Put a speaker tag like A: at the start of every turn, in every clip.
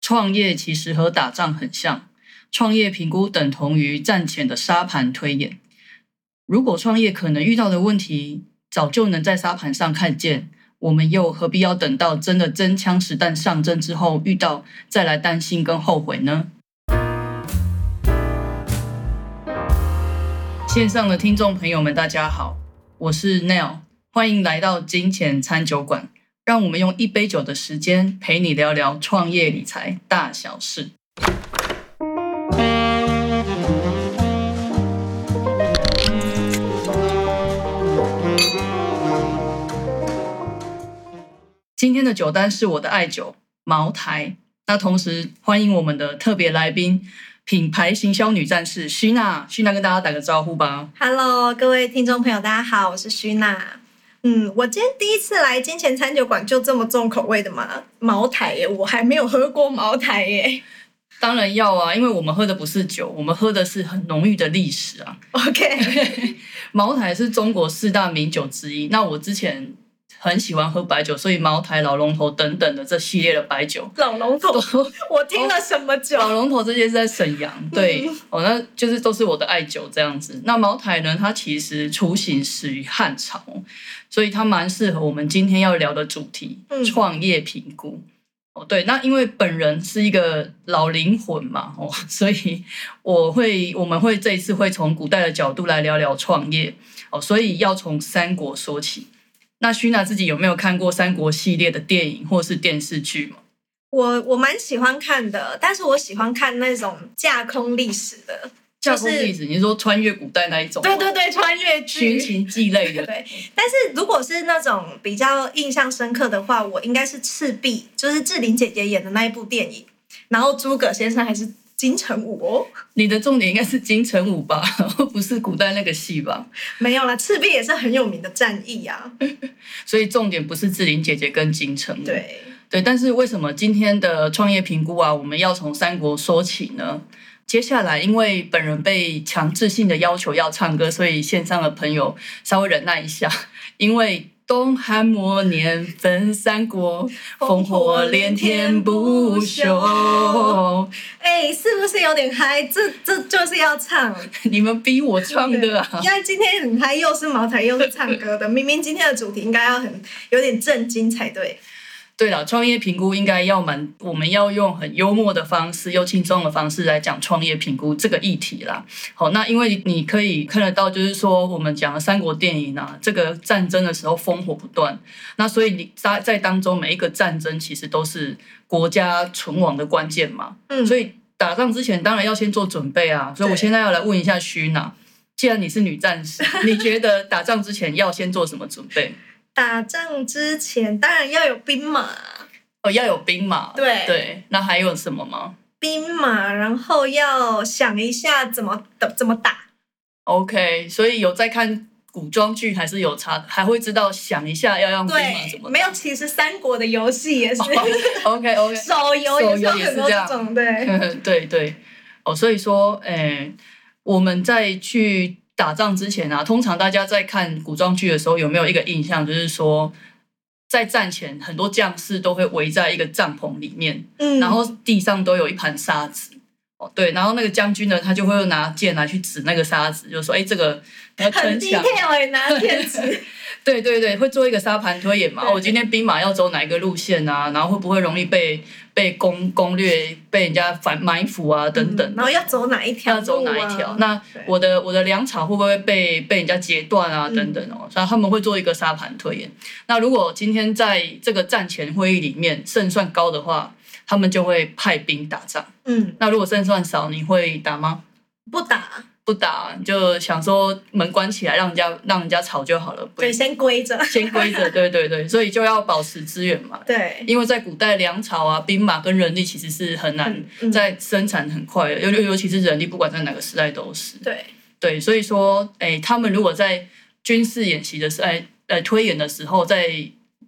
A: 创业其实和打仗很像，创业评估等同于战前的沙盘推演。如果创业可能遇到的问题早就能在沙盘上看见，我们又何必要等到真的真枪实弹上阵之后遇到再来担心跟后悔呢？线上的听众朋友们，大家好，我是 Neil，欢迎来到金钱餐酒馆，让我们用一杯酒的时间陪你聊聊创业理财大小事。今天的酒单是我的爱酒茅台。那同时欢迎我们的特别来宾，品牌行销女战士徐娜。徐娜跟大家打个招呼吧。
B: Hello，各位听众朋友，大家好，我是徐娜。嗯，我今天第一次来金钱餐酒馆，就这么重口味的吗？茅台耶，我还没有喝过茅台耶。
A: 当然要啊，因为我们喝的不是酒，我们喝的是很浓郁的历史啊。
B: OK，
A: 茅台是中国四大名酒之一。那我之前很喜欢喝白酒，所以茅台、老龙头等等的这系列的白酒，
B: 老龙哦头，我听了什么酒？
A: 老龙头这些是在沈阳，对，
B: 嗯
A: 哦，那就是都是我的爱酒这样子。那茅台呢，它其实雏形始于汉朝，所以它蛮适合我们今天要聊的主题——
B: 嗯
A: 创业评估。哦，对，那因为本人是一个老灵魂嘛，哦，所以我会我们会这一次会从古代的角度来聊聊创业哦，所以要从三国说起。那徐娜自己有没有看过三国系列的电影或是电视剧吗？
B: 我我蛮喜欢看的，但是我喜欢看那种架空历史的，就
A: 架空历
B: 是
A: 史，你是说穿越古代那一种吗？
B: 对对对，穿越
A: 寻
B: 剧。
A: 情记类的。
B: 对，但是如果是那种比较印象深刻的话，我应该是《赤壁》，就是志玲姐姐演的那一部电影，然后诸葛先生还是金城武哦。
A: 你的重点应该是金城武吧， 不是古代那个戏吧？
B: 没有啦，赤壁也是很有名的战役啊。
A: 嗯所以重点不是志玲姐姐跟金城武。
B: 对，
A: 对，但是为什么今天的创业评估啊，我们要从三国说起呢？接下来，因为本人被强制性的要求要唱歌，所以线上的朋友稍微忍耐一下， 因为东汉末年分三国，烽火连天不休。
B: 哎，是不是有点嗨？这这就是要唱，
A: 你们逼我唱的啊！
B: 因为今天很嗨，又是茅台，又是唱歌的。明明今天的主题应该要很有点震惊才对。
A: 对了，创业评估应该要蛮，我们要用很幽默的方式，又轻松的方式来讲创业评估这个议题啦。好，那因为你可以看得到，就是说我们讲的三国电影啊，这个战争的时候烽火不断，那所以你在在当中每一个战争其实都是国家存亡的关键嘛。
B: 嗯，
A: 所
B: 以
A: 以打仗之前当然要先做准备啊。所以我
B: 对
A: 现在要来问一下虚娜，既然你是女战 士，你觉得打仗之前要先做什么准备？
B: 打仗之前当然要有兵马，
A: 哦，要有兵马。
B: 对
A: 对，那还有什么吗？
B: 兵马，然后要想一下怎么怎怎么打。
A: OK，所以有在看古装剧还是有差，还会知道想一下要让兵马
B: 对
A: 怎，么
B: 没有，其实三国的游戏也是，
A: OK OK，
B: 手游也是有
A: 手游也是
B: 很多
A: 这
B: 这
A: 样
B: 种，对。
A: 对对哦，所以说，诶、我们在去打仗之前啊，通常大家在看古装剧的时候，有没有一个印象，就是说？在战前，很多将士都会围在一个帐篷里面，
B: 嗯，
A: 然后地上都有一盘沙子。哦，对，然后那个将军呢，他就会拿剑来去指那个沙子，就说：“哎，这个要
B: 很
A: 城
B: 低
A: 墙
B: detail 哎、拿贴纸，
A: 对对对，会做一个沙盘推演嘛。
B: 对
A: 我今天兵马要走哪一个路线啊？然后会不会容易被被攻攻略、被人家反埋伏啊等等？
B: 嗯啊然后要走哪一条、
A: 要走哪一条？？那
B: 对
A: 我的我的粮草会不会被被人家截断啊？
B: 嗯
A: 等等哦，所以他们会做一个沙盘推演。那如果今天在这个战前会议里面胜算高的话，他们就会派兵打仗。
B: 嗯，
A: 那如果胜算少，你会打吗？
B: 不打，
A: 不打，你就想说门关起来，让人家让人家吵就好了。不
B: 对，先归着，
A: 先规 则，对对对，所以就要保持资源嘛。
B: 对，
A: 因为在古代，粮草啊、兵马跟人力其实是很难
B: 嗯
A: 在生产很快的，尤尤尤其是人力，不管在哪个时代都是。
B: 对，
A: 对，所以说，哎，他们如果在军事演习的时候，哎，呃，推演的时候，在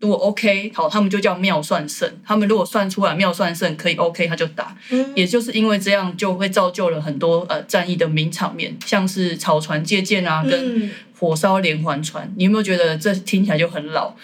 A: 如果 OK，好，他们就叫妙算胜。他们如果算出来妙算胜可以 OK，他就打。
B: 嗯
A: 也就是因为这样，就会造就了很多呃战役的名场面，像是草船借箭啊，跟
B: 嗯，
A: 火烧连环船。你有没有觉得这听起来就很老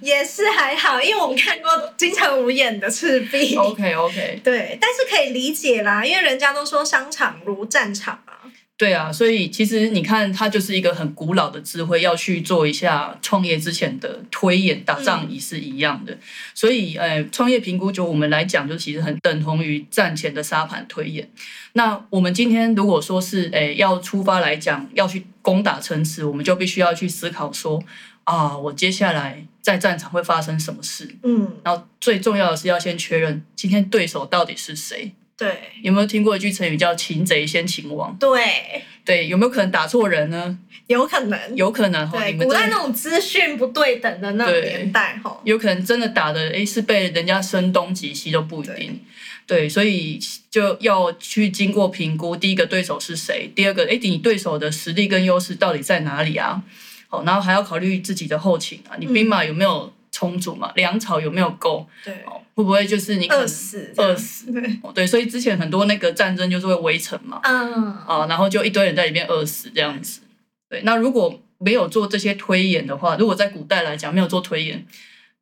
B: 也是还好，因为我们看过金城武演的《赤壁》
A: ？OK OK，
B: 对，但是可以理解啦，因为人家都说商场如战场啊。
A: 对啊，所以其实你看，它就是一个很古老的智慧，要去做一下创业之前的推演、打仗也是一样的。所以，呃，创业评估就我们来讲，就其实很等同于战前的沙盘推演。那我们今天如果说是，诶、要出发来讲，要去攻打城池，我们就必须要去思考说，啊，我接下来在战场会发生什么事。
B: 嗯，
A: 然后最重要的是要先确认今天对手到底是谁。
B: 对
A: 有没有听过一句成语叫“擒贼先擒王”？
B: 对，
A: 对，有没有可能打错人呢？
B: 有可能。
A: 有可能哈，
B: 对
A: 你，们
B: 古代
A: 真的
B: 那种资讯不对等的那种
A: 对
B: 年代哈，
A: 有可能真的打的，诶，是被人家声东击西都不一定。对，所以就要去经过评估，第一个对手是谁，第二个，诶，你对手的实力跟优势到底在哪里啊？好，然后还要考虑自己的后勤
B: 嗯
A: 啊，你兵马有没有充足嘛？粮草有没有够？
B: 对，
A: 哦会不会就是你可能
B: 饿死，
A: 饿死
B: 对，
A: 哦对，所以之前很多那个战争就是会围城嘛，
B: 嗯，
A: 啊，然后就一堆人在里面饿死这样子。对，那如果没有做这些推演的话，如果在古代来讲没有做推演，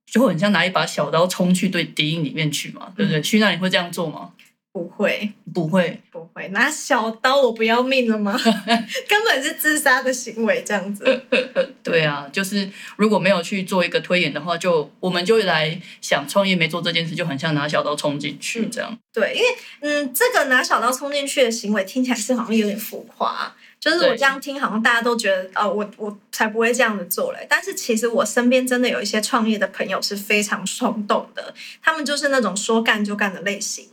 A: 就会很像拿一把小刀冲去对敌营里面去嘛，对不对？去那你会这样做吗？
B: 不
A: 哦
B: 会
A: 不会，
B: 嗯不会，拿小刀我不要命了吗？根本是自杀的行为，这样子。
A: 对啊，就是如果没有去做一个推演的话，就我们就来想创业没做这件事，就很像拿小刀冲进去这样。
B: 对，因为嗯，这个拿小刀冲进去的行为听起来是好像有点浮夸，啊就是我
A: 对
B: 这样听好像大家都觉得哦，我我才不会这样子做嘞。但是其实我身边真的有一些创业的朋友是非常冲动的，他们就是那种说干就干的类型。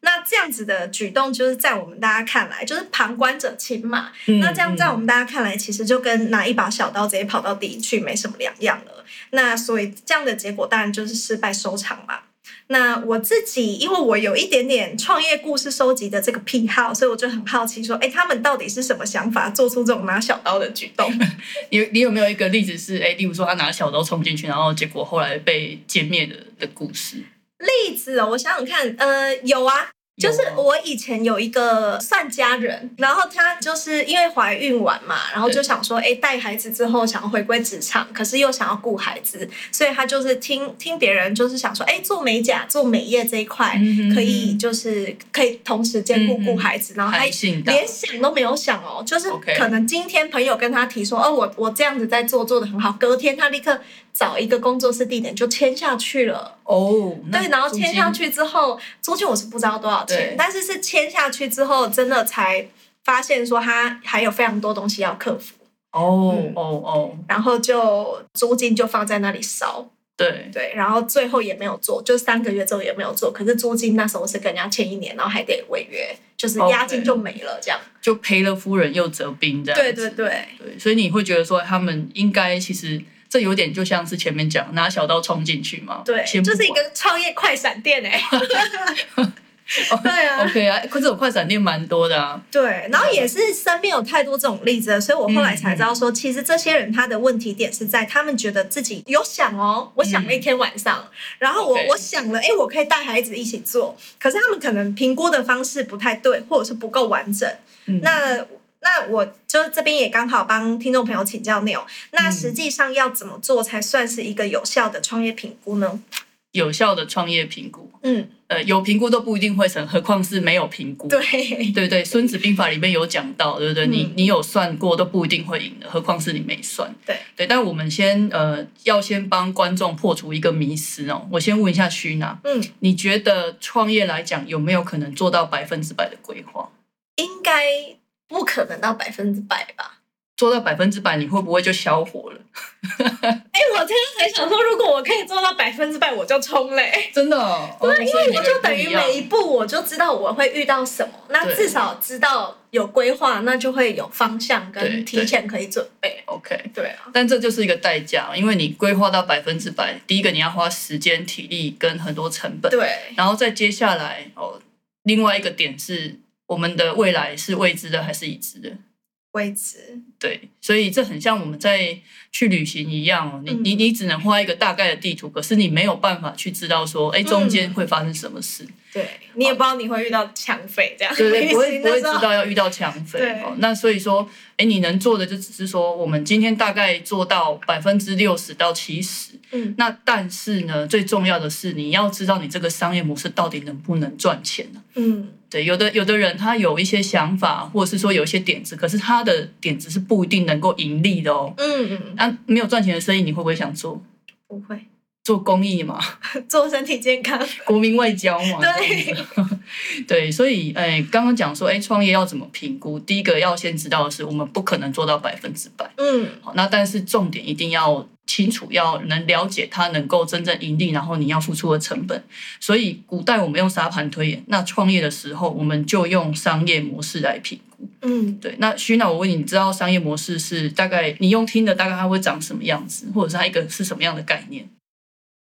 B: 那这样子的举动，就是在我们大家看来，就是旁观者清嘛。
A: 嗯
B: 那这样在我
A: 嗯
B: 们大家看来，其实就跟拿一把小刀直接跑到敌营去没什么两样了。那所以这样的结果当然就是失败收场嘛。那我自己，因为我有一点点创业故事收集的这个癖好，所以我就很好奇说，哎，他们到底是什么想法做出这种拿小刀的举动？
A: 你你嗯有没有一个例子是，哎，例如说他拿小刀冲进去，然后结果后来被歼灭的的故事？
B: 例子哦，我想想看，呃，有啊，就是
A: 有吗
B: 我以前有一个算家人，然后她就是因为怀孕晚嘛，然后就想说，哎，带孩子之后想要回归职场，可是又想要顾孩子，所以她就是听听别人就是想说，哎，做美甲、做美业这一块、
A: 嗯哼
B: 可以，就是可以同时兼顾
A: 嗯嗯
B: 顾孩子，然后她
A: 韩信大
B: 连想都没有想哦，就是
A: OK
B: 可能今天朋友跟他提说，哦，我我这样子在做，做的很好，隔天他立刻找一个工作室地点就签下去了。
A: 哦，那
B: 对，然后
A: 中间
B: 签下去之后，租金我是不知道多少钱
A: 对，
B: 但是是签下去之后，真的才发现说他还有非常多东西要克服，
A: 哦
B: 嗯
A: 哦哦，
B: 然后就租金就放在那里烧，
A: 对，
B: 对，然后最后也没有做，就三个月之后也没有做，可是租金那时候是跟人家签一年，然后还得违约，就是押金
A: OK
B: 就没了这样。
A: 就赔了夫人又折兵这样
B: 对
A: 子。
B: 对对，
A: 对，所以你会觉得说他们应该其实这有点就像是前面讲拿小刀冲进去嘛，
B: 对，
A: 先不
B: 就是一
A: 管。
B: 个创业快闪 店 哎、对啊，
A: OK 啊，可是有快闪店蛮多的啊，
B: 对，然后也是身边有太多这种例子了，所以我后来才知道
A: 嗯
B: 说，其实这些人他的问题点是在他们觉得自己有想哦，我想了一天晚上，然后我
A: 嗯 OK
B: 我想了，哎，我可以带孩子一起做，可是他们可能评估的方式不太对，或者是不够完整。
A: 嗯
B: 那那我就这边也刚好帮听众朋友请教 Neil，那
A: 嗯
B: 实际上要怎么做才算是一个有效的创业评估呢？
A: 有效的创业评估，
B: 嗯，
A: 呃，有评估都不一定会成，何况是没有评估。
B: 对，
A: 对不对，《孙子兵法》里面有讲到，对不对？
B: 嗯
A: 你你有算过都不一定会赢的，何况是你没算。
B: 对
A: 对，但我们先呃，要先帮观众破除一个迷思哦。我先问一下徐娜，
B: 嗯，
A: 你觉得创业来讲有没有可能做到百分之百的规划？
B: 应该不可能到百分之百吧。
A: 做到百分之百，你会不会就消火了？
B: 哎、我真的很想说，如果我可以做到百分之百，我就冲 嘞、
A: 真的、哦？对，因为
B: 我就等于每一
A: 没
B: 步我就知道我会遇到什么，那
A: 对
B: 至少知道有规划，那就会有方向跟
A: 对
B: 提前可以准备。
A: OK。
B: 对啊，
A: 但这就是一个代价，因为你规划到百分之百，第一个你要花时间、体力跟很多成本，
B: 对，
A: 然后再接下来哦，另外一个点是我们的未来是未知的还是已知的？
B: 为止。
A: 对，所以这很像我们在去旅行一样哦。你
B: 嗯
A: 你你只能画一个大概的地图，可是你没有办法去知道说，
B: 嗯
A: 哎，中间会发生什么 事。
B: 对你也不知道你会遇到抢匪这样，
A: 对 对，不会
B: 因
A: 不
B: 为
A: 会知
B: 其实那时候
A: 道要遇到抢匪
B: 对
A: 哦。那所以说，哎，你能做的就只是说，我们今天大概做到百分之六十到七十。
B: 嗯，
A: 那但是呢，最重要的是你要知道你这个商业模式到底能不能赚钱呢、
B: 嗯，
A: 对，有的有的人他有一些想法，或者是说有一些点子，可是他的点子是不一定能够盈利的哦。
B: 嗯嗯，
A: 那、没有赚钱的生意，你会不会想做？
B: 不会
A: 做公益嘛，
B: 做身体健康，
A: 国民外交嘛。
B: 对，
A: 对，所以哎，刚刚讲说，哎，创业要怎么评估？第一个要先知道的是，我们不可能做到百分之百。
B: 嗯
A: 好，那但是重点一定要清楚，要能了解它能够真正盈利，然后你要付出的成本。所以古代我们用沙盘推演，那创业的时候我们就用商业模式来评估。
B: 嗯
A: 对，那徐娜，我问你，你知道商业模式是大概你用听的大概它会长什么样子，或者是它一个是什么样的概念？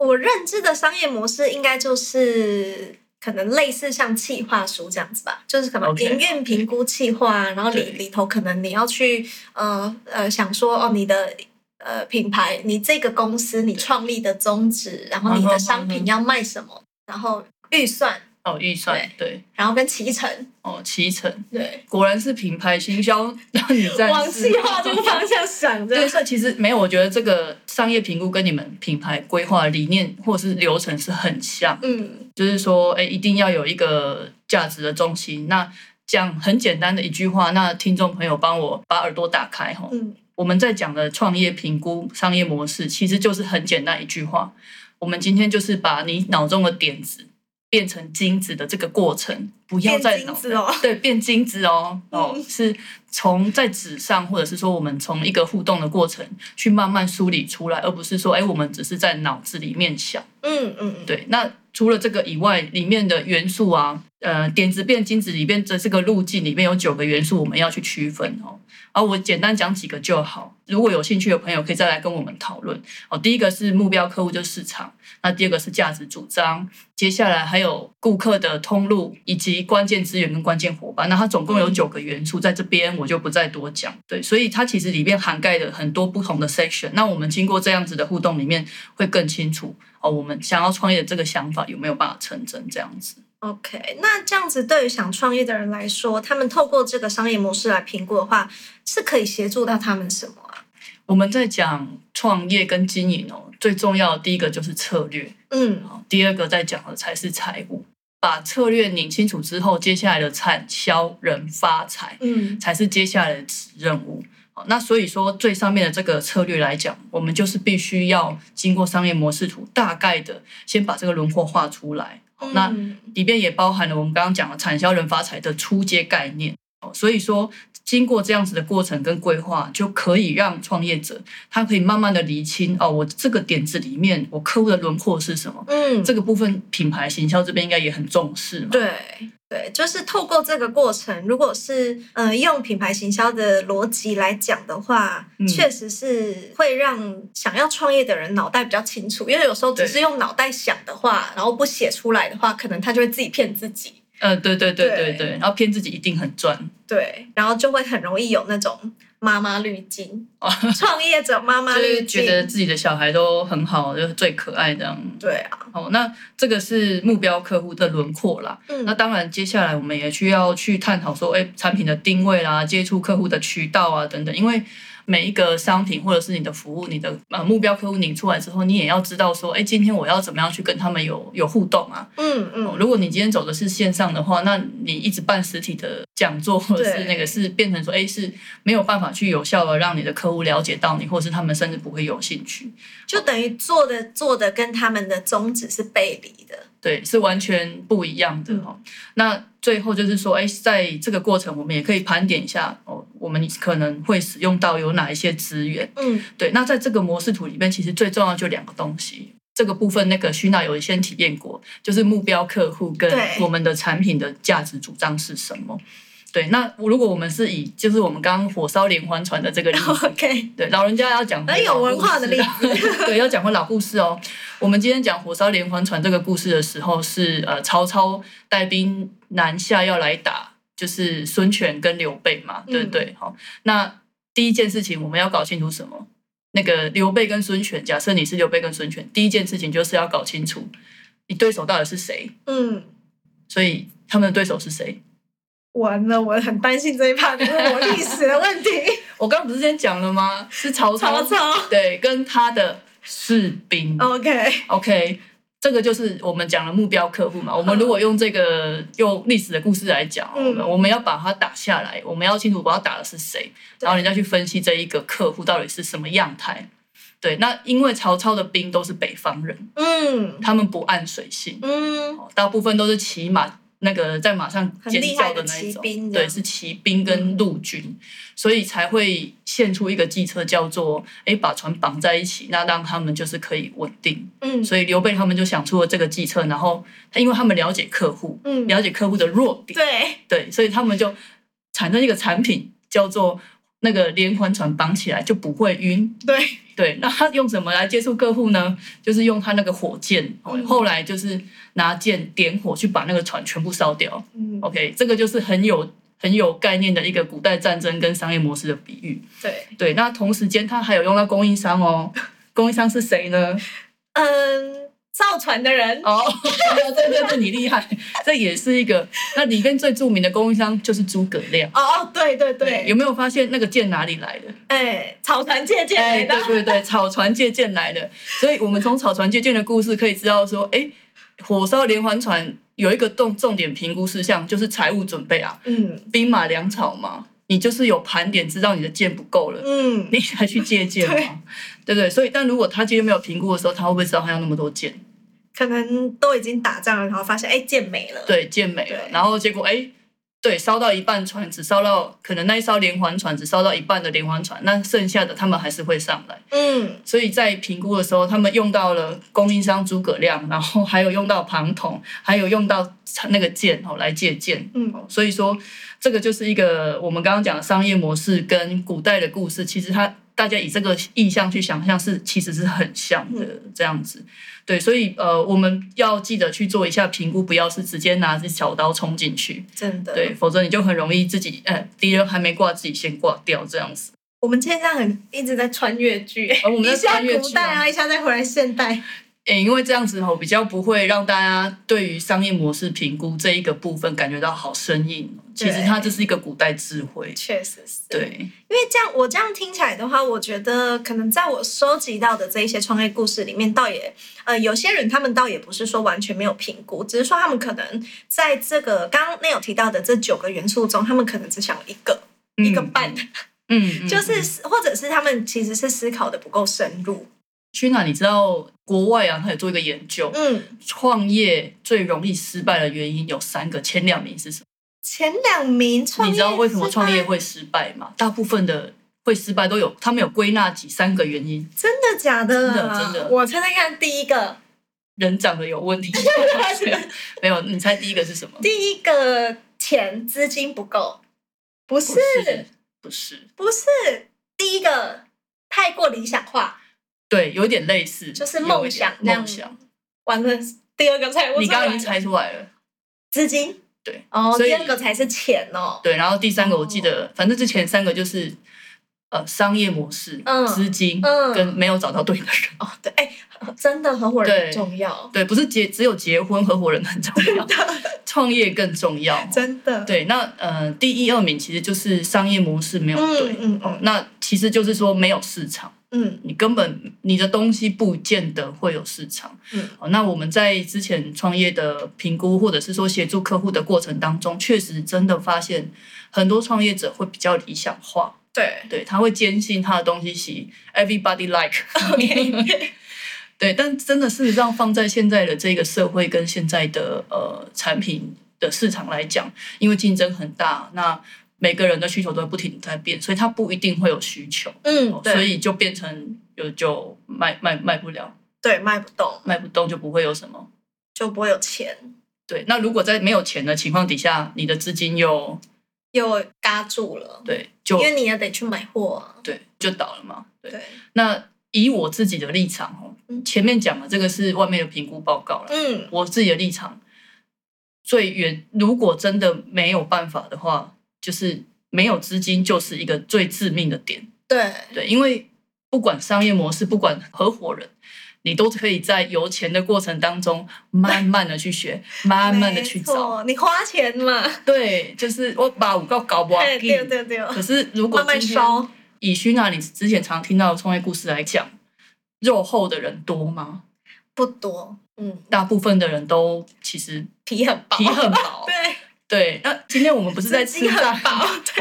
B: 我认知的商业模式应该就是可能类似像企划书这样子吧，就是可能
A: OK，
B: 营运评估企划，然后里
A: 对
B: 里头可能你要去呃呃想说哦你的。呃，品牌，你这个公司你创立的宗旨，然后你
A: 嗯
B: 的
A: 哼
B: 商
A: 嗯
B: 品
A: 哼
B: 要卖什么，然后预算，
A: 哦，预算对，
B: 然后跟提成，
A: 哦，骑乘，
B: 对，
A: 果然是品牌行销让你在
B: 往计划这个方向想
A: 对，
B: 着，
A: 所以其实没有，我觉得这个商业评估跟你们品牌规划理念或者是流程是很像，
B: 嗯
A: 就是说，哎，一定要有一个价值的中心。那讲很简单的一句话，那听众朋友帮我把耳朵打开哈、
B: 嗯
A: 我们在讲的创业评估商业模式，其实就是很简单一句话。我们今天就是把你脑中的点子变成精子的这个过程，不要再
B: 变
A: 脑
B: 精子嗯哦
A: 对变精子哦哦，是从在纸上，或者是说我们从一个互动的过程去慢慢梳理出来，而不是说哎，我们只是在脑子里面想。
B: 嗯嗯，
A: 对，那除了这个以外，里面的元素啊，呃，点子变精子里面的这个路径里面有九个元素，我们要去区分哦。啊，我简单讲几个就好。如果有兴趣的朋友，可以再来跟我们讨论哦。第一个是目标客户，就是市场；那第二个是价值主张，接下来还有顾客的通路以及关键资源跟关键伙伴。那它总共有九个元素，在这边我就不再多讲。对，所以它其实里面涵盖的很多不同的 section。那我们经过这样子的互动，里面会更清楚哦，我们想要创业的这个想法有没有办法成真？这样子，
B: OK，那这样子对于想创业的人来说，他们透过这个商业模式来评估的话，是可以协助到他们什么啊？
A: 我们在讲创业跟经营哦，最重要的第一个就是策略。
B: 嗯
A: 好，第二个在讲的才是财务，把策略拧清楚之后，接下来的产销人发财
B: 嗯
A: 才是接下来的任务。好，那所以说最上面的这个策略来讲，我们就是必须要经过商业模式图，大概的先把这个轮廓画出来。好那
B: 嗯
A: 里面也包含了我们刚刚讲的产销人发财的初阶概念。哦所以说，经过这样子的过程跟规划，就可以让创业者他可以慢慢的厘清哦，我这个点子里面我客户的轮廓是什么。
B: 嗯，
A: 这个部分品牌行销这边应该也很重视嘛。
B: 对对，就是透过这个过程，如果是呃用品牌行销的逻辑来讲的话，
A: 嗯
B: 确实是会让想要创业的人脑袋比较清楚，因为有时候只
A: 对
B: 是用脑袋想的话，然后不写出来的话，可能他就会自己骗自己。
A: 呃，对对对
B: 对
A: 对对，然后骗自己一定很赚。
B: 对，然后就会很容易有那种妈妈滤镜， 创业者妈妈
A: 哦就
B: 滤
A: 是觉得
B: 镜。
A: 自己的小孩都很好，就是最可爱这样。
B: 对啊，
A: 好，那这个是目标客户的轮廓啦。
B: 嗯，
A: 那当然，接下来我们也需要去探讨说，哎，产品的定位啦，接触客户的渠道啊，等等。因为每一个商品或者是你的服务，你的呃目标客户拧出来之后，你也要知道说，哎，今天我要怎么样去跟他们有有互动啊？
B: 嗯嗯，
A: 如果你今天走的是线上的话，那你一直办实体的讲座或者是那个是变成说，哎，是没有办法去有效的让你的客户了解到你，或是他们甚至不会有兴趣。
B: 就等于做的做的跟他们的宗旨是背离的。
A: 对，是完全不一样的哦。那最后就是说，哎，在这个过程，我们也可以盘点一下哦，我们可能会使用到有哪一些资源。
B: 嗯
A: 对，那在这个模式图里面，其实最重要就两个东西。这个部分，那个徐娜有先体验过，就是目标客户跟
B: 对
A: 我们的产品的价值主张是什么。对，那如果我们是以就是我们刚刚火烧连环船的这个例子，
B: ，OK，
A: 对，老人家要讲
B: 很哎有文化的例
A: 子， 对，要讲回老故事哦。我们今天讲火烧连环船这个故事的时候是，呃曹操带兵南下要来打就是孙权跟刘备嘛，
B: 嗯
A: 对不对？好、那第一件事情我们要搞清楚什么？那个刘备跟孙权，假设你是刘备跟孙权，第一件事情就是要搞清楚你对手到底是谁，
B: 嗯，
A: 所以他们的对手是谁。
B: 完了，我很担心这一趴，就是我历史 的问题。
A: 我刚不是先讲了吗？是曹操，
B: 曹操
A: 对，跟他的士兵。
B: ，OK，
A: OK，这个就是我们讲的目标客户嘛。我们如果用这个用历史的故事来讲，我
B: 嗯
A: 们、我们要把它打下来，我们要清楚我要打的是谁，
B: 对
A: 然后人家去分析这一个客户到底是什么样态。对，那因为曹操的兵都是北方人，
B: 嗯
A: 他们不按水性，
B: 嗯，
A: 哦大部分都是骑马，那个在马上
B: 很
A: 尖
B: 厉害
A: 叫
B: 的
A: 那一
B: 骑
A: 种，
B: 兵这
A: 对，
B: 样嗯
A: 是骑兵跟陆军，所以才会献出一个计策，叫做哎把船绑在一起，那让他们就是可以稳定。
B: 嗯
A: 所以刘备他们就想出了这个计策，然后因为他们了解客户，
B: 嗯，
A: 了解客户的弱点，
B: 对，
A: 对，所以他们就产生一个产品叫做那个连环船绑起来就不会晕。
B: 对
A: 对，那他用什么来接触客户呢？就是用他那个火箭，哦
B: 嗯
A: 后来就是拿箭点火去把那个船全部烧掉。
B: 嗯
A: OK，这个就是很有很有概念的一个古代战争跟商业模式的比喻。
B: 对，
A: 对，那同时间他还有用到供应商哦，供应商是谁呢？
B: 嗯，造船的人，
A: 哦，对对对，你厉害，这也是一个。那里面最著名的供应商就是诸葛亮。
B: 哦哦，对对对
A: 有，没有发现那个箭哪里来的？
B: 哎，草船借箭来
A: 哎，
B: 的
A: 对，对对，草船借箭来的。所以我们从草船借箭的故事可以知道说，哎，火烧连环船有一个重重点评估事项就是财务准备啊，
B: 嗯
A: 兵马粮草嘛，你就是有盘点，知道你的箭不够了。
B: 嗯，
A: 你才去借箭嘛，对不对？所以，但如果他今天没有评估的时候，他会不会知道他要那么多箭？
B: 可能都已经打仗了，然后发现哎箭没了，，
A: 对，健美了
B: 对，
A: 然后结果哎、对，烧到一半船，只烧到可能那一艘连环船只烧到一半的连环船，那剩下的他们还是会上来。
B: 嗯
A: 所以在评估的时候，他们用到了供应商诸葛亮，然后还有用到庞统，还有用到那个箭哦来借箭。
B: 嗯
A: 所以说，这个就是一个我们刚刚讲的商业模式跟古代的故事，其实它大家以这个意象去想象是其实是很像的
B: 嗯
A: 这样子。对，所以呃，我们要记得去做一下评估，不要是直接拿着小刀冲进去，
B: 真的，
A: 对，，否则你就很容易自己哎，敌人还没挂，自己先挂掉这样子。
B: 我们今天这样很一直在穿越剧，
A: 而我们
B: 一
A: 在
B: 下
A: 穿越
B: 古
A: 剧
B: 代
A: 啊，
B: 啊，一下再回来现代，
A: 哎，因为这样子吼，比较不会让大家对于商业模式评估这一个部分感觉到好生硬哦。其实
B: 对
A: 它这是一个古代智慧，
B: 确实是，
A: 对，
B: 因为这样，我这样听起来的话，我觉得可能在我收集到的这一些创业故事里面，倒也呃，有些人他们倒也不是说完全没有评估，只是说他们可能在这个刚刚那有提到的这九个元素中，他们可能只想要一个、一个
A: 嗯
B: 半，
A: 嗯，嗯
B: 就是或者是他们其实是思考的不够深入。
A: 去哪？你知道国外啊，他有做一个研究，
B: 嗯，
A: 创业最容易失败的原因有三个，前两名是什
B: 前两名
A: 么？
B: 创业，
A: 你知道为什么创业？会失败吗？大部分的会失败都有，他们有归纳几三个原因：
B: 真的假的啊？
A: 真的真的
B: 我猜猜看，第一个，
A: 人长得有问 题，没有？你猜第一个是什么？
B: 第一个钱资金不够，不是
A: 不是，不是，
B: 不是第一个太过理想化，
A: 对，有点类似，
B: 就是梦想
A: 有一
B: 这
A: 点
B: 样
A: 梦想。
B: 完了第二个猜不出来
A: 你刚刚已经猜出来了，
B: 资金
A: 对
B: 哦，
A: 所以
B: 第二个才是钱哦，
A: 对。然后第三个我记得，反正之前三个就是呃商业模式、
B: 嗯
A: 资金
B: 嗯
A: 跟没有找到对的人。
B: 哦对，哎、真的合伙人
A: 对
B: 很重要，
A: 对，不是结只有结婚合伙人很重要， 创业更重要。
B: 真的，
A: 对，那呃，第一二名其实就是商业模式没有对，
B: 嗯嗯
A: 哦，那其实就是说没有市场，
B: 嗯
A: 你根本你的东西不见得会有市场。
B: 嗯
A: 哦，那我们在之前创业的评估或者是说协助客户的过程当中，确实真的发现很多创业者会比较理想化，
B: 对
A: 对他会坚信他的东西是 everybody like，
B: ，OK，
A: 对，但真的事实上，放在现在的这个社会跟现在的呃产品的市场来讲，因为竞争很大，那每个人的需求都会不停地在变，所以它不一定会有需求，
B: 嗯
A: 所
B: 对
A: 以就变成有就卖卖卖不了，
B: 对卖不动
A: 卖不动就不会有什么。
B: 就不会有钱，
A: 对，那如果在没有钱的情况底下，你的资金又
B: 又嘎住了，
A: 对
B: 因
A: 就
B: 为你也得去买货啊、
A: 对就倒了嘛。对，
B: 对，
A: 那以我自己的立场哦
B: 嗯，
A: 前面讲的这个是外面的评估报告了，
B: 嗯
A: 我自己的立场，最远，如果真的没有办法的话，就是没有资金就是一个最致命的点。
B: 对
A: 对，因为不管商业模式，不管合伙人，你都可以在游钱的过程当中，慢慢的去学，慢慢的去
B: 没
A: 找。
B: 错你花钱嘛，
A: 对，就是我把五个搞不好
B: 对对对对，
A: 可是如果
B: 慢慢
A: 今天
B: 烧，
A: 以熏娜你之前常听到的创业故事来讲，肉厚的人多吗？
B: 不多，嗯，
A: 大部分的人都其实
B: 皮很薄，
A: 皮很薄。
B: 对，
A: 对，那今天我们不是在吃
B: 资金
A: 炸
B: 很薄，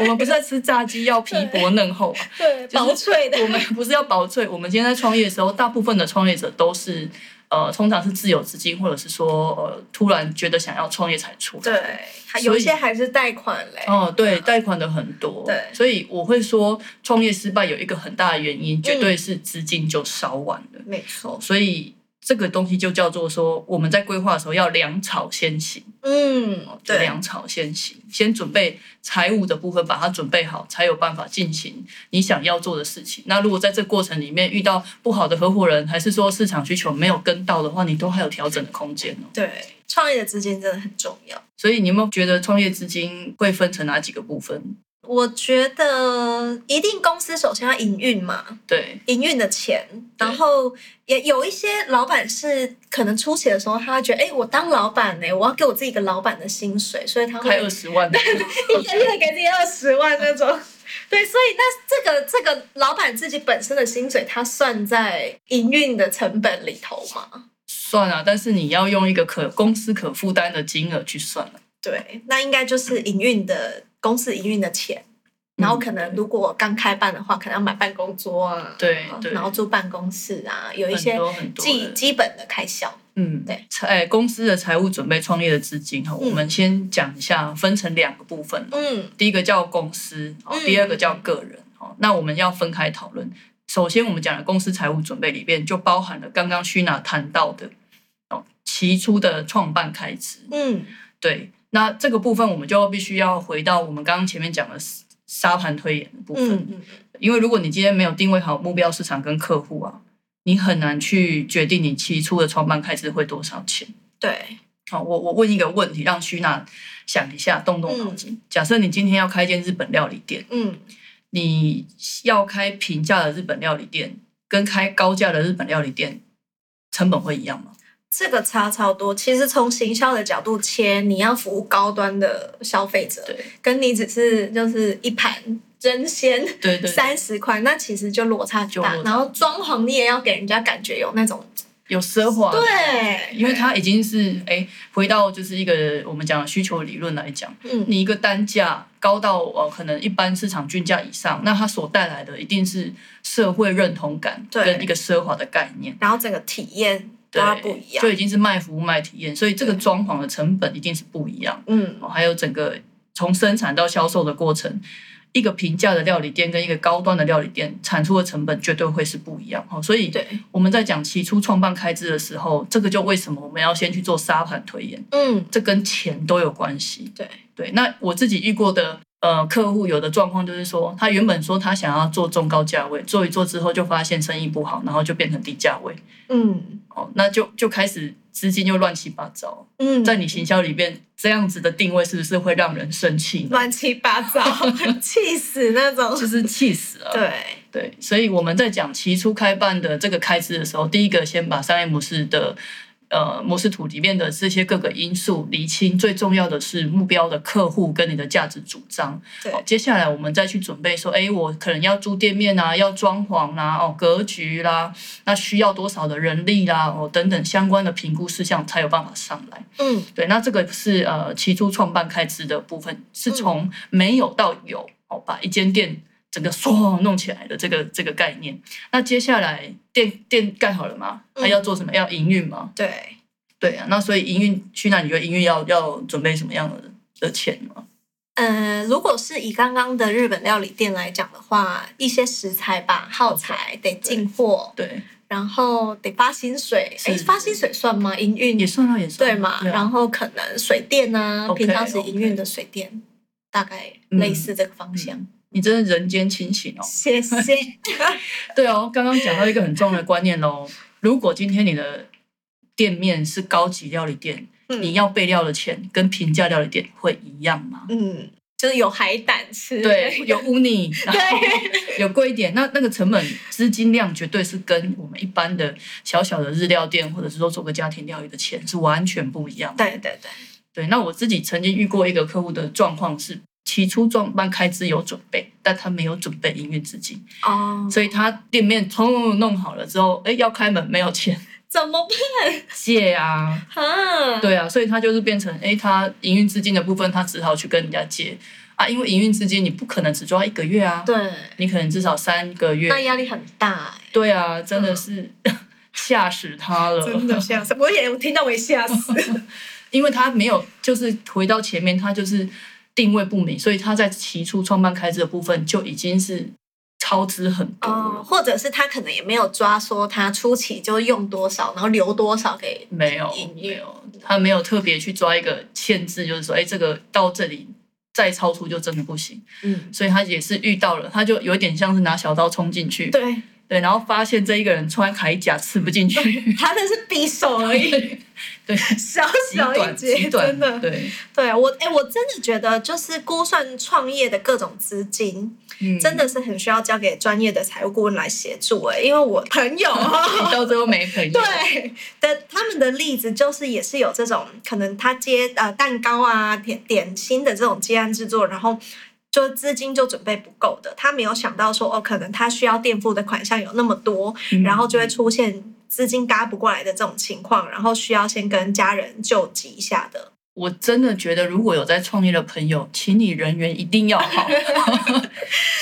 A: 我们不是在吃炸鸡要皮薄嫩厚啊，
B: 对，
A: 就是
B: 薄脆的，
A: 我们不是要薄脆。我们今天在创业的时候，大部分的创业者都是呃，通常是自有资金，或者是说呃，突然觉得想要创业才出来。
B: 对，还
A: 所
B: 有
A: 以
B: 一些还是贷款嘞，
A: 哦，对，贷款的很多，
B: 对
A: 所以我会说，创业失败有一个很大的原
B: 嗯
A: 因，绝对是资金就烧完了。
B: 没错，
A: 所以这个东西就叫做说，我们在规划的时候要粮草先行，
B: 嗯，
A: 就
B: 对，
A: 粮草先行，先准备财务的部分，把它准备好，才有办法进行你想要做的事情。那如果在这过程里面遇到不好的合伙人，还是说市场需求没有跟到的话，你都还有调整的空间哦。
B: 对，创业的资金真的很重要。
A: 所以你有没有觉得创业资金会分成哪几个部分？
B: 我觉得一定公司首先要营运嘛，
A: 对，
B: 营运的钱，
A: 对
B: 然后也有一些老板是可能初期的时候，他会觉得，哎，我当老板呢、我要给我自己一个老板的薪水，所以他
A: 开
B: 会
A: 二十万。
B: 一个月给自己二十万 那种。对，所以那这个这个老板自己本身的薪水，他算在营运的成本里头嘛？
A: 算啊，但是你要用一个可公司可负担的金额去算了。
B: 对，那应该就是营运的公司营运的钱。然后可能如果刚开办的话，可能要买办公桌啊，
A: 对对
B: 然后租办公室啊，有一
A: 很
B: 些
A: 多很多
B: 基
A: 的，
B: 基本的开销。
A: 嗯，
B: 对，
A: 财公司的财务准备创业的资金哈，我们先讲一下，分成两个部分哦。
B: 嗯，
A: 第一个叫公司，哦
B: 嗯
A: 第二个叫个人。哦，那我们要分开讨论。首先，我们讲的公司财务准备里边就包含了刚刚虚娜谈到的哦，起初的创办开支。
B: 嗯，
A: 对，那这个部分我们就必须要回到我们刚刚前面讲的沙盘推演的部分。
B: 嗯嗯，
A: 因为如果你今天没有定位好目标市场跟客户啊，你很难去决定你期初的创办开支会多少钱。
B: 对，
A: 好，我我问一个问题，让徐娜想一下，动动脑筋。假设你今天要开一间日本料理店，
B: 嗯，
A: 你要开平价的日本料理店，跟开高价的日本料理店，成本会一样吗？
B: 这个差超多。其实从行销的角度切，你要服务高端的消费者，
A: 对
B: 跟你只是就是一盘真鲜
A: 对对，
B: 三十块，那其实就落差很
A: 就
B: 大
A: 落。差
B: 然后装潢你也要给人家感觉有那种
A: 有奢华。。
B: 对，
A: 因为它已经是哎，回到就是一个我们讲的需求理论来讲，
B: 嗯
A: 你一个单价高到呃可能一般市场均价以上，那它所带来的一定是社会认同感
B: 对
A: 跟一个奢华的概念，
B: 然后整个体验
A: 对
B: 都要不一样
A: 就。已经是卖服务卖体验，所以这个装潢的成本一定是不一样，
B: 嗯，
A: 哦还有整个从生产到销售的过程。一个平价的料理店跟一个高端的料理店产出的成本绝对会是不一样哦，所以
B: 对，
A: 我们在讲起初创办开支的时候，这个就为什么我们要先去做沙盘推演，
B: 嗯，
A: 这跟钱都有关系。
B: 对
A: 对，那我自己遇过的呃客户有的状况就是说，他原本说他想要做中高价位，做一做之后就发现生意不好，然后就变成低价位，
B: 嗯
A: 哦，那就就开始资金就乱七八糟。
B: 嗯，
A: 在你行销里边，这样子的定位是不是会让人生气呢？
B: 乱七八糟， 气死那种。
A: 就是气死了。
B: 对，
A: 对，所以我们在讲起初开办的这个开支的时候，第一个先把商业模式的呃模式图里面的这些各个因素厘清，最重要的是目标的客户跟你的价值主张。
B: 对
A: 好接下来我们再去准备说，哎，我可能要租店面啊，要装潢啦、哦格局啦，那需要多少的人力啦，哦等等相关的评估事项才有办法上来。
B: 嗯
A: 对，那这个是呃起初创办开支的部分，是
B: 嗯
A: 从没有到有，哦，把一间店整个唰弄起来的这个这个概念。那接下来店店盖好了吗？
B: 嗯
A: 那要做什么？要营运吗？
B: 对，
A: 对啊，那所以营运去那，你觉得营运要要准备什么样的的钱吗？
B: 呃，如果是以刚刚的日本料理店来讲的话，一些食材吧，耗材得进货，
A: 对，
B: 然后得发薪水。
A: 是
B: 哎，发薪水算吗？营运
A: 也算啊，也算啊
B: 对嘛？
A: 啊
B: 然后可能水电啊，
A: OK，
B: 平常时营运的水电，大概
A: 嗯
B: 类似这个方向。
A: 嗯你真的人间清醒哦。
B: 谢谢。
A: 对哦，刚刚讲到一个很重要的观念喽。如果今天你的店面是高级料理店，
C: 嗯
A: 你要备料的钱跟平价料理店会一样吗？
B: 嗯，
C: 就是有海胆吃，
A: 对，有乌泥，然后
C: 对，
A: 有贵一点，那那个成本资金量绝对是跟我们一般的小小的日料店，或者是说做个家庭料理的钱是完全不一样的。
B: 对对对，
A: 对，那我自己曾经遇过一个客户的状况是，起初创办开支有准备，但他没有准备营运资金，
B: 哦，
A: 所以他店面通通弄好了之后，哎，要开门没有钱
C: 怎么 办
A: 借啊，
C: 啊？
A: 对啊，所以他就是变成，哎，他营运资金的部分，他只好去跟人家借啊，因为营运资金你不可能只抓一个月啊，
C: 对，
A: 你可能至少三个月。
C: 那嗯压力很大欸
A: 对啊，真的是 吓死他了，
B: 欸真的吓死，我也我听到我也吓死，
A: 因为他没有，就是回到前面，他就是定位不明，所以他在起初创办开支的部分就已经是超支很多了。
C: 哦，或者是他可能也没有抓说他初期就用多少，然后留多少给
A: 没有
C: 营，
A: 没
C: 运
A: 有，他没有特别去抓一个限制，就是说，哎，这个到这里再超出就真的不行。
C: 嗯，
A: 所以他也是遇到了，他就有点像是拿小刀冲进去，
B: 对，
A: 对，然后发现这一个人穿铠甲刺不进去，
B: 他那是匕首而已，
A: 对，
B: 小
A: 极
B: 小一
A: 短
B: 截，
A: 极短，
B: 真的，
A: 对，
B: 对我，哎、我真的觉得就是估算创业的各种资金，
A: 嗯
B: 真的是很需要交给专业的财务顾问来协助、哎，因为我朋友
A: 你到最后没朋友，
B: 对的，他们的例子就是也是有这种可能，他接呃蛋糕啊、点点心的这种接案制作，然后就资金就准备不够的，他没有想到说哦，可能他需要垫付的款项有那么多，
A: 嗯
B: 然后就会出现资金搭不过来的这种情况，然后需要先跟家人救急一下的。
A: 我真的觉得，如果有在创业的朋友，请你人缘一定要 好，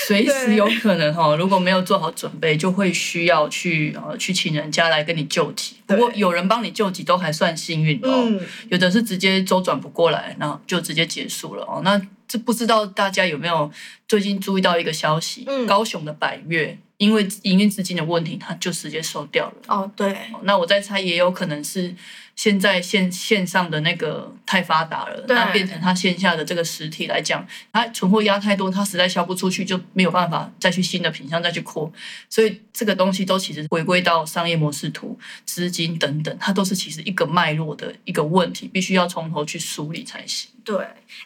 A: 随时有可能哈、哦，如果没有做好准备，就会需要去呃去请人家来跟你救急。不过
B: 对
A: 有人帮你救急都还算幸运哦，
B: 嗯，
A: 有的是直接周转不过来，然后就直接结束了哦。那这不知道大家有没有最近注意到一个消息，
B: 嗯
A: 高雄的百越因为营运资金的问题，它就直接收掉了。
B: 哦，对，
A: 那我在猜，也有可能是现在线线上的那个太发达了，
B: 对
A: 那变成它线下的这个实体来讲，它存货压太多，它实在销不出去，就没有办法再去新的品相再去扩，所以这个东西都其实回归到商业模式图、资金等等，它都是其实一个脉络的一个问题，必须要从头去梳理才行。
B: 对，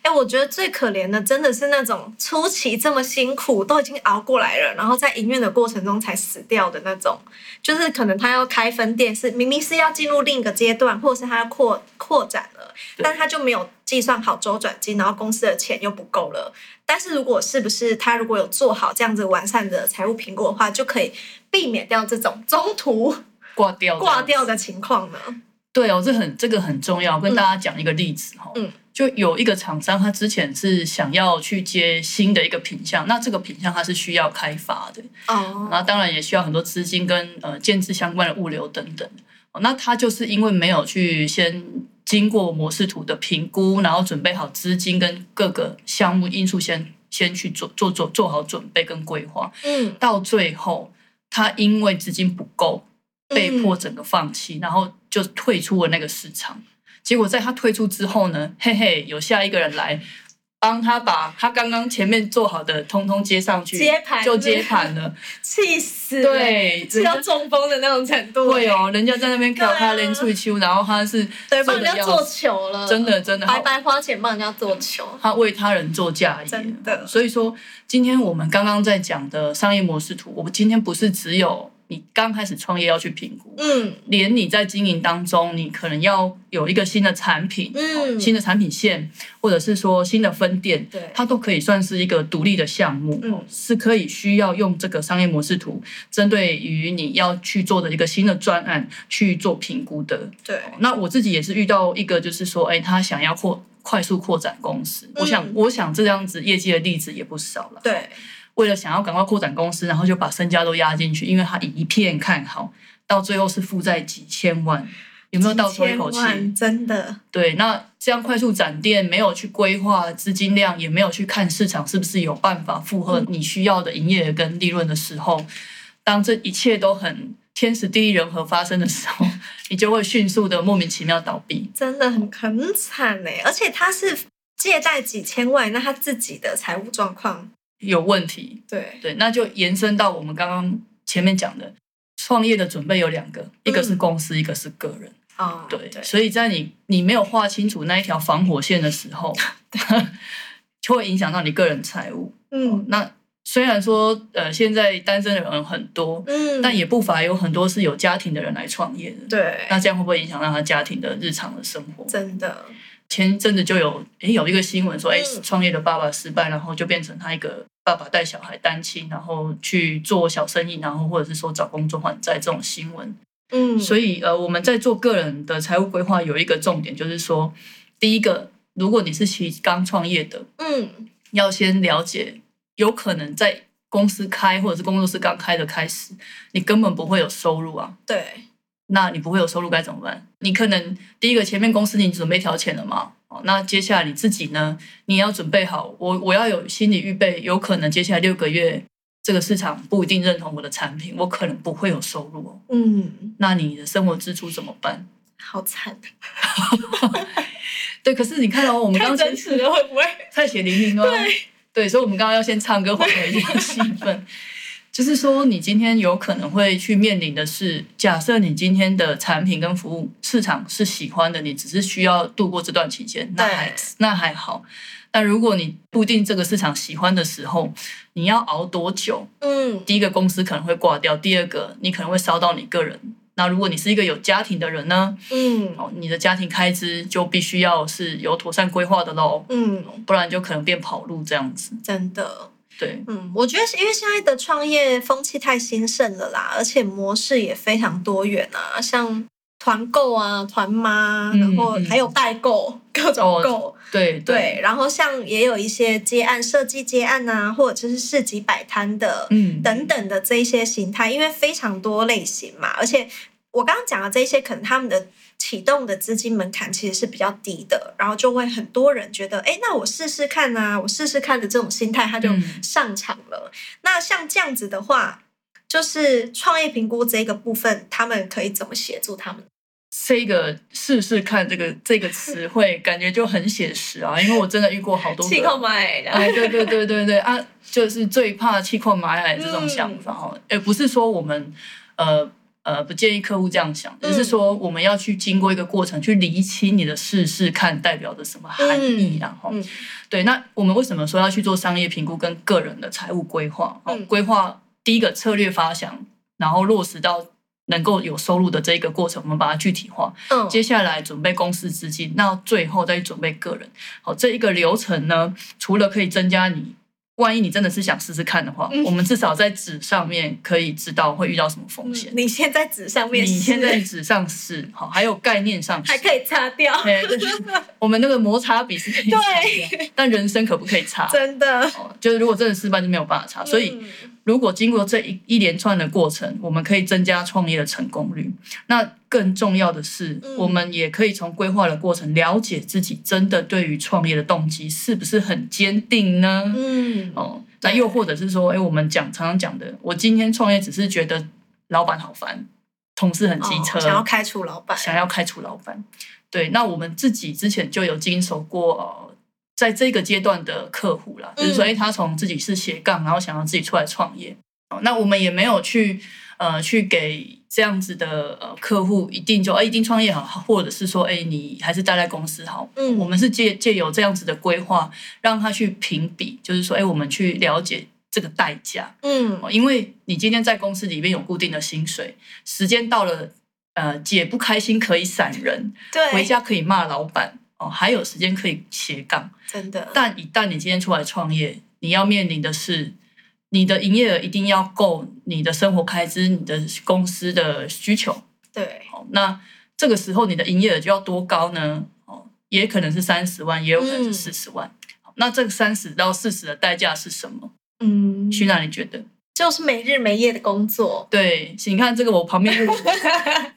B: 哎，我觉得最可怜的真的是那种初期这么辛苦，都已经熬过来了，然后在营运的过程中才死掉的那种，就是可能他要开分店是，明明是要进入另一个阶段，或者是他要扩扩展了，
A: 对
B: 但他就没有计算好周转金，然后公司的钱又不够了。但是如果是不是他如果有做好这样子完善的财务评估的话，就可以避免掉这种中途
A: 挂掉，
B: 挂掉的情况呢？
A: 对哦，这很这个很重要，我跟大家讲一个例子哈、
B: 嗯
A: 就有一个厂商，他之前是想要去接新的一个品项，那这个品项它是需要开发的，
B: 哦，
A: 那当然也需要很多资金跟呃建制相关的物流等等。哦那他就是因为没有去先经过模式图的评估，然后准备好资金跟各个项目因素先先去做做做做好准备跟规划，
B: 嗯，
A: 到最后，他因为资金不够，
C: 嗯
A: 被迫整个放弃，然后就退出了那个市场。结果在他退出之后呢，嘿嘿，有下一个人来帮他把他刚刚前面做好的通通接上去，
C: 接盘
A: 就是
C: 不是
A: 接盘了。
C: 气死，，
A: 对，
C: 是
A: 人
C: 要
A: 家
C: 中风的那种程度，
A: 会哦，人家在那边搞
C: 对啊
A: 他连退休，然后他是
B: 对
C: 帮
A: 真
C: 人
A: 的
C: 家
A: 要
C: 做球了，
A: 真的真的
C: 白白花钱帮人家做球，
A: 他为他人做嫁衣，
B: 真的
A: 所以说，今天我们刚刚在讲的商业模式图，我们今天不是只有你刚开始创业要去评估，
B: 嗯
A: 连你在经营当中，你可能要有一个新的产品，哦
B: 嗯
A: 新的产品线，或者是说新的分店，
B: 对
A: 它都可以算是一个独立的项目，
B: 嗯
A: 是可以需要用这个商业模式图，针对于你要去做的一个新的专案去做评估的。
B: 对，
A: 那我自己也是遇到一个，就是说，哎，他想要扩快速扩展公司，我想
B: 嗯，
A: 我想这样子业绩的例子也不少了。
B: 对，
A: 为了想要赶快扩展公司，然后就把身家都压进去，因为他一片看好，到最后是负债几千万，有没有倒抽一口气
B: 千？万真的，
A: 对，那这样快速展店没有去规划资金量，也没有去看市场是不是有办法负荷你需要的营业额跟利润的时候，当这一切都很天时地利人和发生的时候， 你就会迅速的莫名其妙倒闭。
B: 真的很很惨哎，而且他是借贷几千万，那他自己的财务状况，
A: 有问题，
B: 对，
A: 对，那就延伸到我
B: 嗯
A: 们刚刚前面讲的，创业的准备有两个，一个是公司，一个是个人。
C: 哦，
A: 对，
B: 对
A: 所以在你你没有画清楚那一条防火线的时候，就会影响到你个人财务。
B: 嗯
A: 那虽然说呃现在单身的人很多，
B: 嗯，
A: 但也不乏有很多是有家庭的人来创业的。
B: 对，
A: 那这样会不会影响到他家庭的日常的生活？
B: 真的，
A: 前一阵子就有诶有一个新闻说，诶
B: 嗯
A: 创业的爸爸失败，然后就变成他一个爸爸带小孩单亲，然后去做小生意，然后或者是说找工作还债这种新闻。
B: 嗯，
A: 所
B: 以
A: 以呃，我们在做个人的财务规划有一个重点，就是说，第一个，如果你是其刚创业的，
B: 嗯
A: 要先了解，有可能在公司开或者是工作室刚开的开始，你根本不会有收入啊。
B: 对，
A: 那你不会有收入该怎么办？你可能第一个前面公司你准备调钱了嘛，哦，那接下来你自己呢，你也要准备好，我我要有心理预备，有可能接下来六个月这个市场不一定认同我的产品，我可能不会有收入哦。
B: 嗯，
A: 那你的生活支出怎么办？
C: 好惨，
A: 对，可是你看到、哦、我们刚
B: 太
A: 刚
B: 真
A: 前
B: 实了，会不会？
A: 太血淋淋了。哦 对，所以我们刚刚要先唱歌缓和一点气氛。 就是说，你今天有可能会去面临的是，假设你今天的产品跟服务市场是喜欢的，你只是需要度过这段期间，那还
B: 对
A: 那还好。但如果你不一定这个市场喜欢的时候，你要熬多久？
B: 嗯，
A: 第一个公司可能会挂掉，第二个你可能会烧到你个人。那如果你是一个有家庭的人呢，
B: 嗯，
A: 哦，你的家庭开支就必须要是有妥善规划的喽，
B: 嗯，
A: 不然就可能变跑路这样子。
B: 真的，
A: 对，
B: 嗯，我觉得是因为现在的创业风气太兴盛了啦，而且模式也非常多元啊，像团购啊、团妈，
A: 嗯
B: 然后
A: 嗯
B: 还有代购，各种
A: 哦
B: 购。
A: 对
B: 对，，然后像也有一些接案、设计接案啊，或者就是市集摆摊的、
A: 嗯，
B: 等等的这一些形态，因为非常多类型嘛，而且我刚刚讲的这些，可能他们的启动的资金门槛其实是比较低的，然后就会很多人觉得，哎，那我试试看啊，我试试看的这种心态，他就
A: 嗯
B: 上场了。那像这样子的话。就是创业评估这个部分，他们可以怎么协助他们？
A: 这个试试看这个这个词汇，感觉就很写实啊，因为我真的遇过好多个。
B: 买
A: 哎，对对对对对啊，就是最怕气矿买来这
B: 嗯
A: 种想法哦，也、不是说我们呃呃不建议客户这样想，只是
B: 嗯
A: 说我们要去经过一个过程去厘清你的试试看代表着什么含义啊，哈、
B: 嗯嗯
A: 对，那我们为什么说要去做商业评估跟个人的财务规划？哦
B: 嗯，
A: 规划第一个策略发想，然后落实到能够有收入的这一个过程，我们把它具体化。
B: 嗯
A: 接下来准备公司资金，那最后再准备个人。好，这一个流程呢，除了可以增加你，万一你真的是想试试看的话，
B: 嗯
A: 我们至少在纸上面可以知道会遇到什么
B: 嗯
A: 风险。
B: 你先在纸上面
A: 你
B: 试，
A: 现 在纸上是好，还有概念上是
B: 还可以擦掉，
A: 哎对， 我们那个摩擦比是可以擦的，但人生可不可以 擦？
B: 真的。
A: 哦，就是如果真的失败就没有办法擦，所
B: 嗯
A: 以如果经过这一一连串的过程，我们可以增加创业的成功率。那更重要的是，
B: 嗯
A: 我们也可以从规划的过程了解自己真的对于创业的动机是不是很坚定呢？
B: 嗯，嗯
A: 哦，那又或者是说，哎，我们讲常常讲的，我今天创业只是觉得老板好烦，同事很机车，
B: 哦想要开除老板，
A: 想要开除老板。对，那我们自己之前就有经手过，呃、在这个阶段的客户啦，就是说，
B: 嗯
A: 哎、他从自己是斜杠，然后想要自己出来创业。哦那我们也没有去呃去给这样子的呃客户一定就哎、一定创业好，或者是说哎、你还是待在公司好。
B: 嗯
A: 我们是借借由这样子的规划，让他去评比，就是说哎、我们去了解这个代价。
B: 嗯
A: 哦因为你今天在公司里面有固定的薪水，时间到了，呃，姐不开心可以闪人，
B: 对，
A: 回家可以骂老板，哦，还有时间可以斜杠。
B: 真的，
A: 但一旦你今天出来创业，你要面临的是，你的营业额一定要够你的生活开支、你的公司的需求。
B: 对，
A: 哦，那这个时候你的营业额就要多高呢？哦，也可能是三十万，也有可能是四十万。好那这三十到四十的代价是什么？
B: 嗯，
A: 徐娜，你觉得？
C: 就是没日没夜的工作，
A: 对，你看这个我旁边这个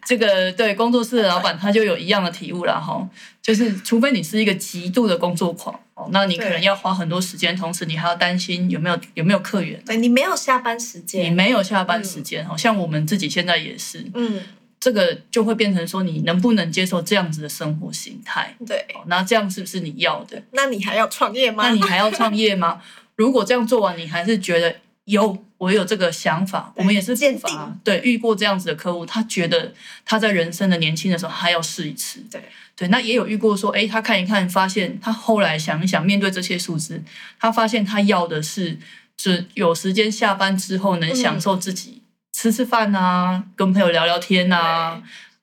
A: 这个对工作室的老板，他就有一样的体悟了哈，就是除非你是一个极度的工作狂哦，那你可能
B: 对
A: 要花很多时间，同时你还要担心有没有有没有客源，
B: 对你没有下班时
A: 你
B: 间，
A: 没有下班时间哦，像我们自己现在也是，
B: 嗯，
A: 这个就会变成说你能不能接受这样子的生活形态
B: 对，
A: 哦，那这样是不是你要的？
B: 那你还要创业吗
A: 那？你还要创业吗？如果这样做完，你还是觉得有我有这个想法，我们也是
B: 鉴
A: 不乏
B: 定
A: 对遇过这样子的客户，他觉得他在人生的年轻的时候，他要试一次。
B: 对
A: 对，那也有遇过说，哎，他看一看，发现他后来想一想，面对这些数字，他发现他要的是，只有时间下班之后能享受自己、吃吃饭啊，跟朋友聊聊天啊，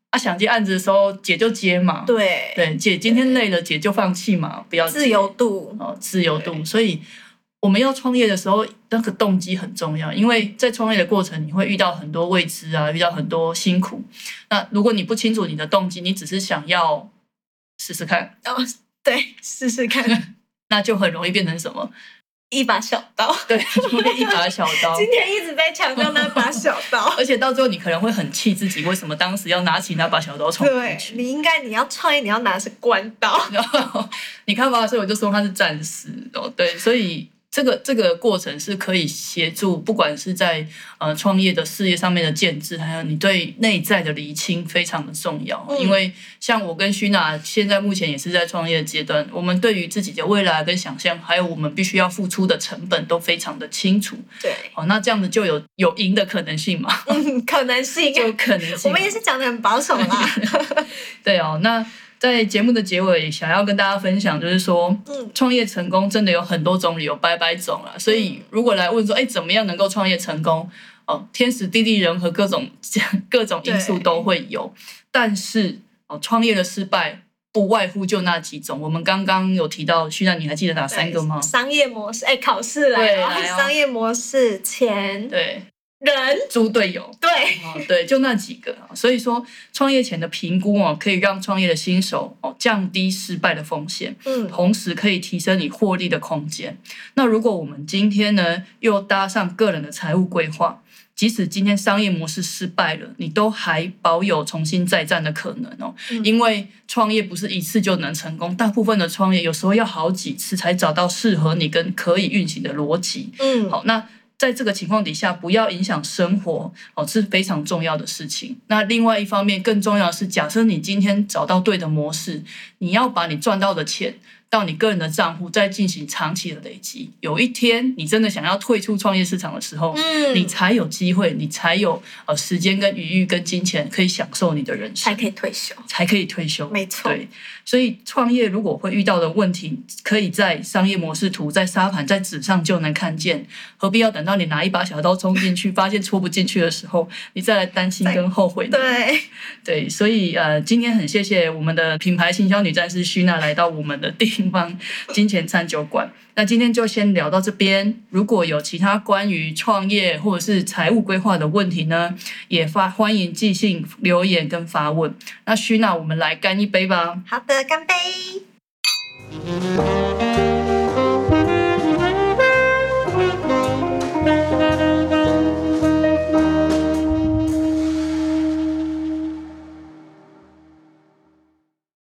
A: 啊，想接案子的时候解就接嘛，
C: 对，
A: 对，姐今天累了，姐就放弃嘛，不要接
C: 自由度，
A: 哦，自由度。
B: 对
A: 所以我们要创业的时候，那个动机很重要，因为在创业的过程，你会遇到很多未知啊，遇到很多辛苦。那如果你不清楚你的动机，你只是想要试试看，
C: 然后对，试试看
A: 那就很容易变成什么？
C: 一把小刀。
A: 对，就会一把小刀。，
B: 今天一直在强调那把小刀
A: 而且到最后，你可能会很气自己，为什么当时要拿起那把小刀冲
B: 对
A: 进去？
C: 你应该你要创业，你要拿的是关刀，
A: 然后你看吧，所以我就说他是战士哦，对，所以这个这个过程是可以协助，不管是在呃创业的事业上面的建制，还有你对内在的厘清非常的重要。
C: 嗯
A: 因为像我跟徐娜现在目前也是在创业阶段，我们对于自己的未来跟想象，还有我们必须要付出的成本都非常的清楚。
C: 对，
A: 哦，那这样子就有有赢的可能性嘛？
C: 嗯，可能性。
A: 有可能
C: 我
A: 性。
C: 们也是讲的很保守啦，
A: 对哦，那在节目的结尾，想要跟大家分享，就是说，
C: 嗯
A: 创业成功真的有很多种理由，百百种啦。所以如果来问说，哎，怎么样能够创业成功？哦，天时地利人和各种 各种因素
B: 对
A: 都会有，但是哦，创业的失败不外乎就那几种。我们刚刚有提到，徐然你还记得哪三个吗？
C: 商业模式，哎，考试来
A: 对
C: 了，
A: 来哦
C: 商业模式，钱，
A: 对，
C: 人，
A: 猪队友。
C: 对，
A: 哦，对，就那几个。所以说，创业前的评估哦，可以让创业的新手哦降低失败的风险。
C: 嗯，
A: 同时可以提升你获利的空间。那如果我们今天呢，又搭上个人的财务规划，即使今天商业模式失败了，你都还保有重新再战的可能哦。
C: 嗯
A: 因为创业不是一次就能成功，大部分的创业有时候要好几次才找到适合你跟可以运行的逻辑。
C: 嗯，
A: 好，那在这个情况底下，不要影响生活哦，是非常重要的事情。那另外一方面，更重要的是，假设你今天找到对的模式，你要把你赚到的钱到你个人的账户，再进行长期的累积。有一天，你真的想要退出创业市场的时候，
C: 嗯，
A: 你才有机会，你才有呃时间跟余裕跟金钱可以享受你的人
C: 才
A: 生，
C: 可以退休，
A: 才可以退休。
C: 没错，
A: 对，所以创业如果会遇到的问题，可以在商业模式图、在沙盘、在纸上就能看见，何必要等到你拿一把小刀冲进去，发现戳不进去的时候，你再来担心跟后悔呢？
C: 对，
A: 对，所以呃，今天很谢谢我们的品牌行销女战士徐娜来到我们的地方金钱餐酒馆。那今天就先聊到这边。如果有其他关于创业或者是财务规划的问题呢，也发欢迎寄信留言跟发问。那徐娜，我们来干一杯吧。
C: 好的，干杯。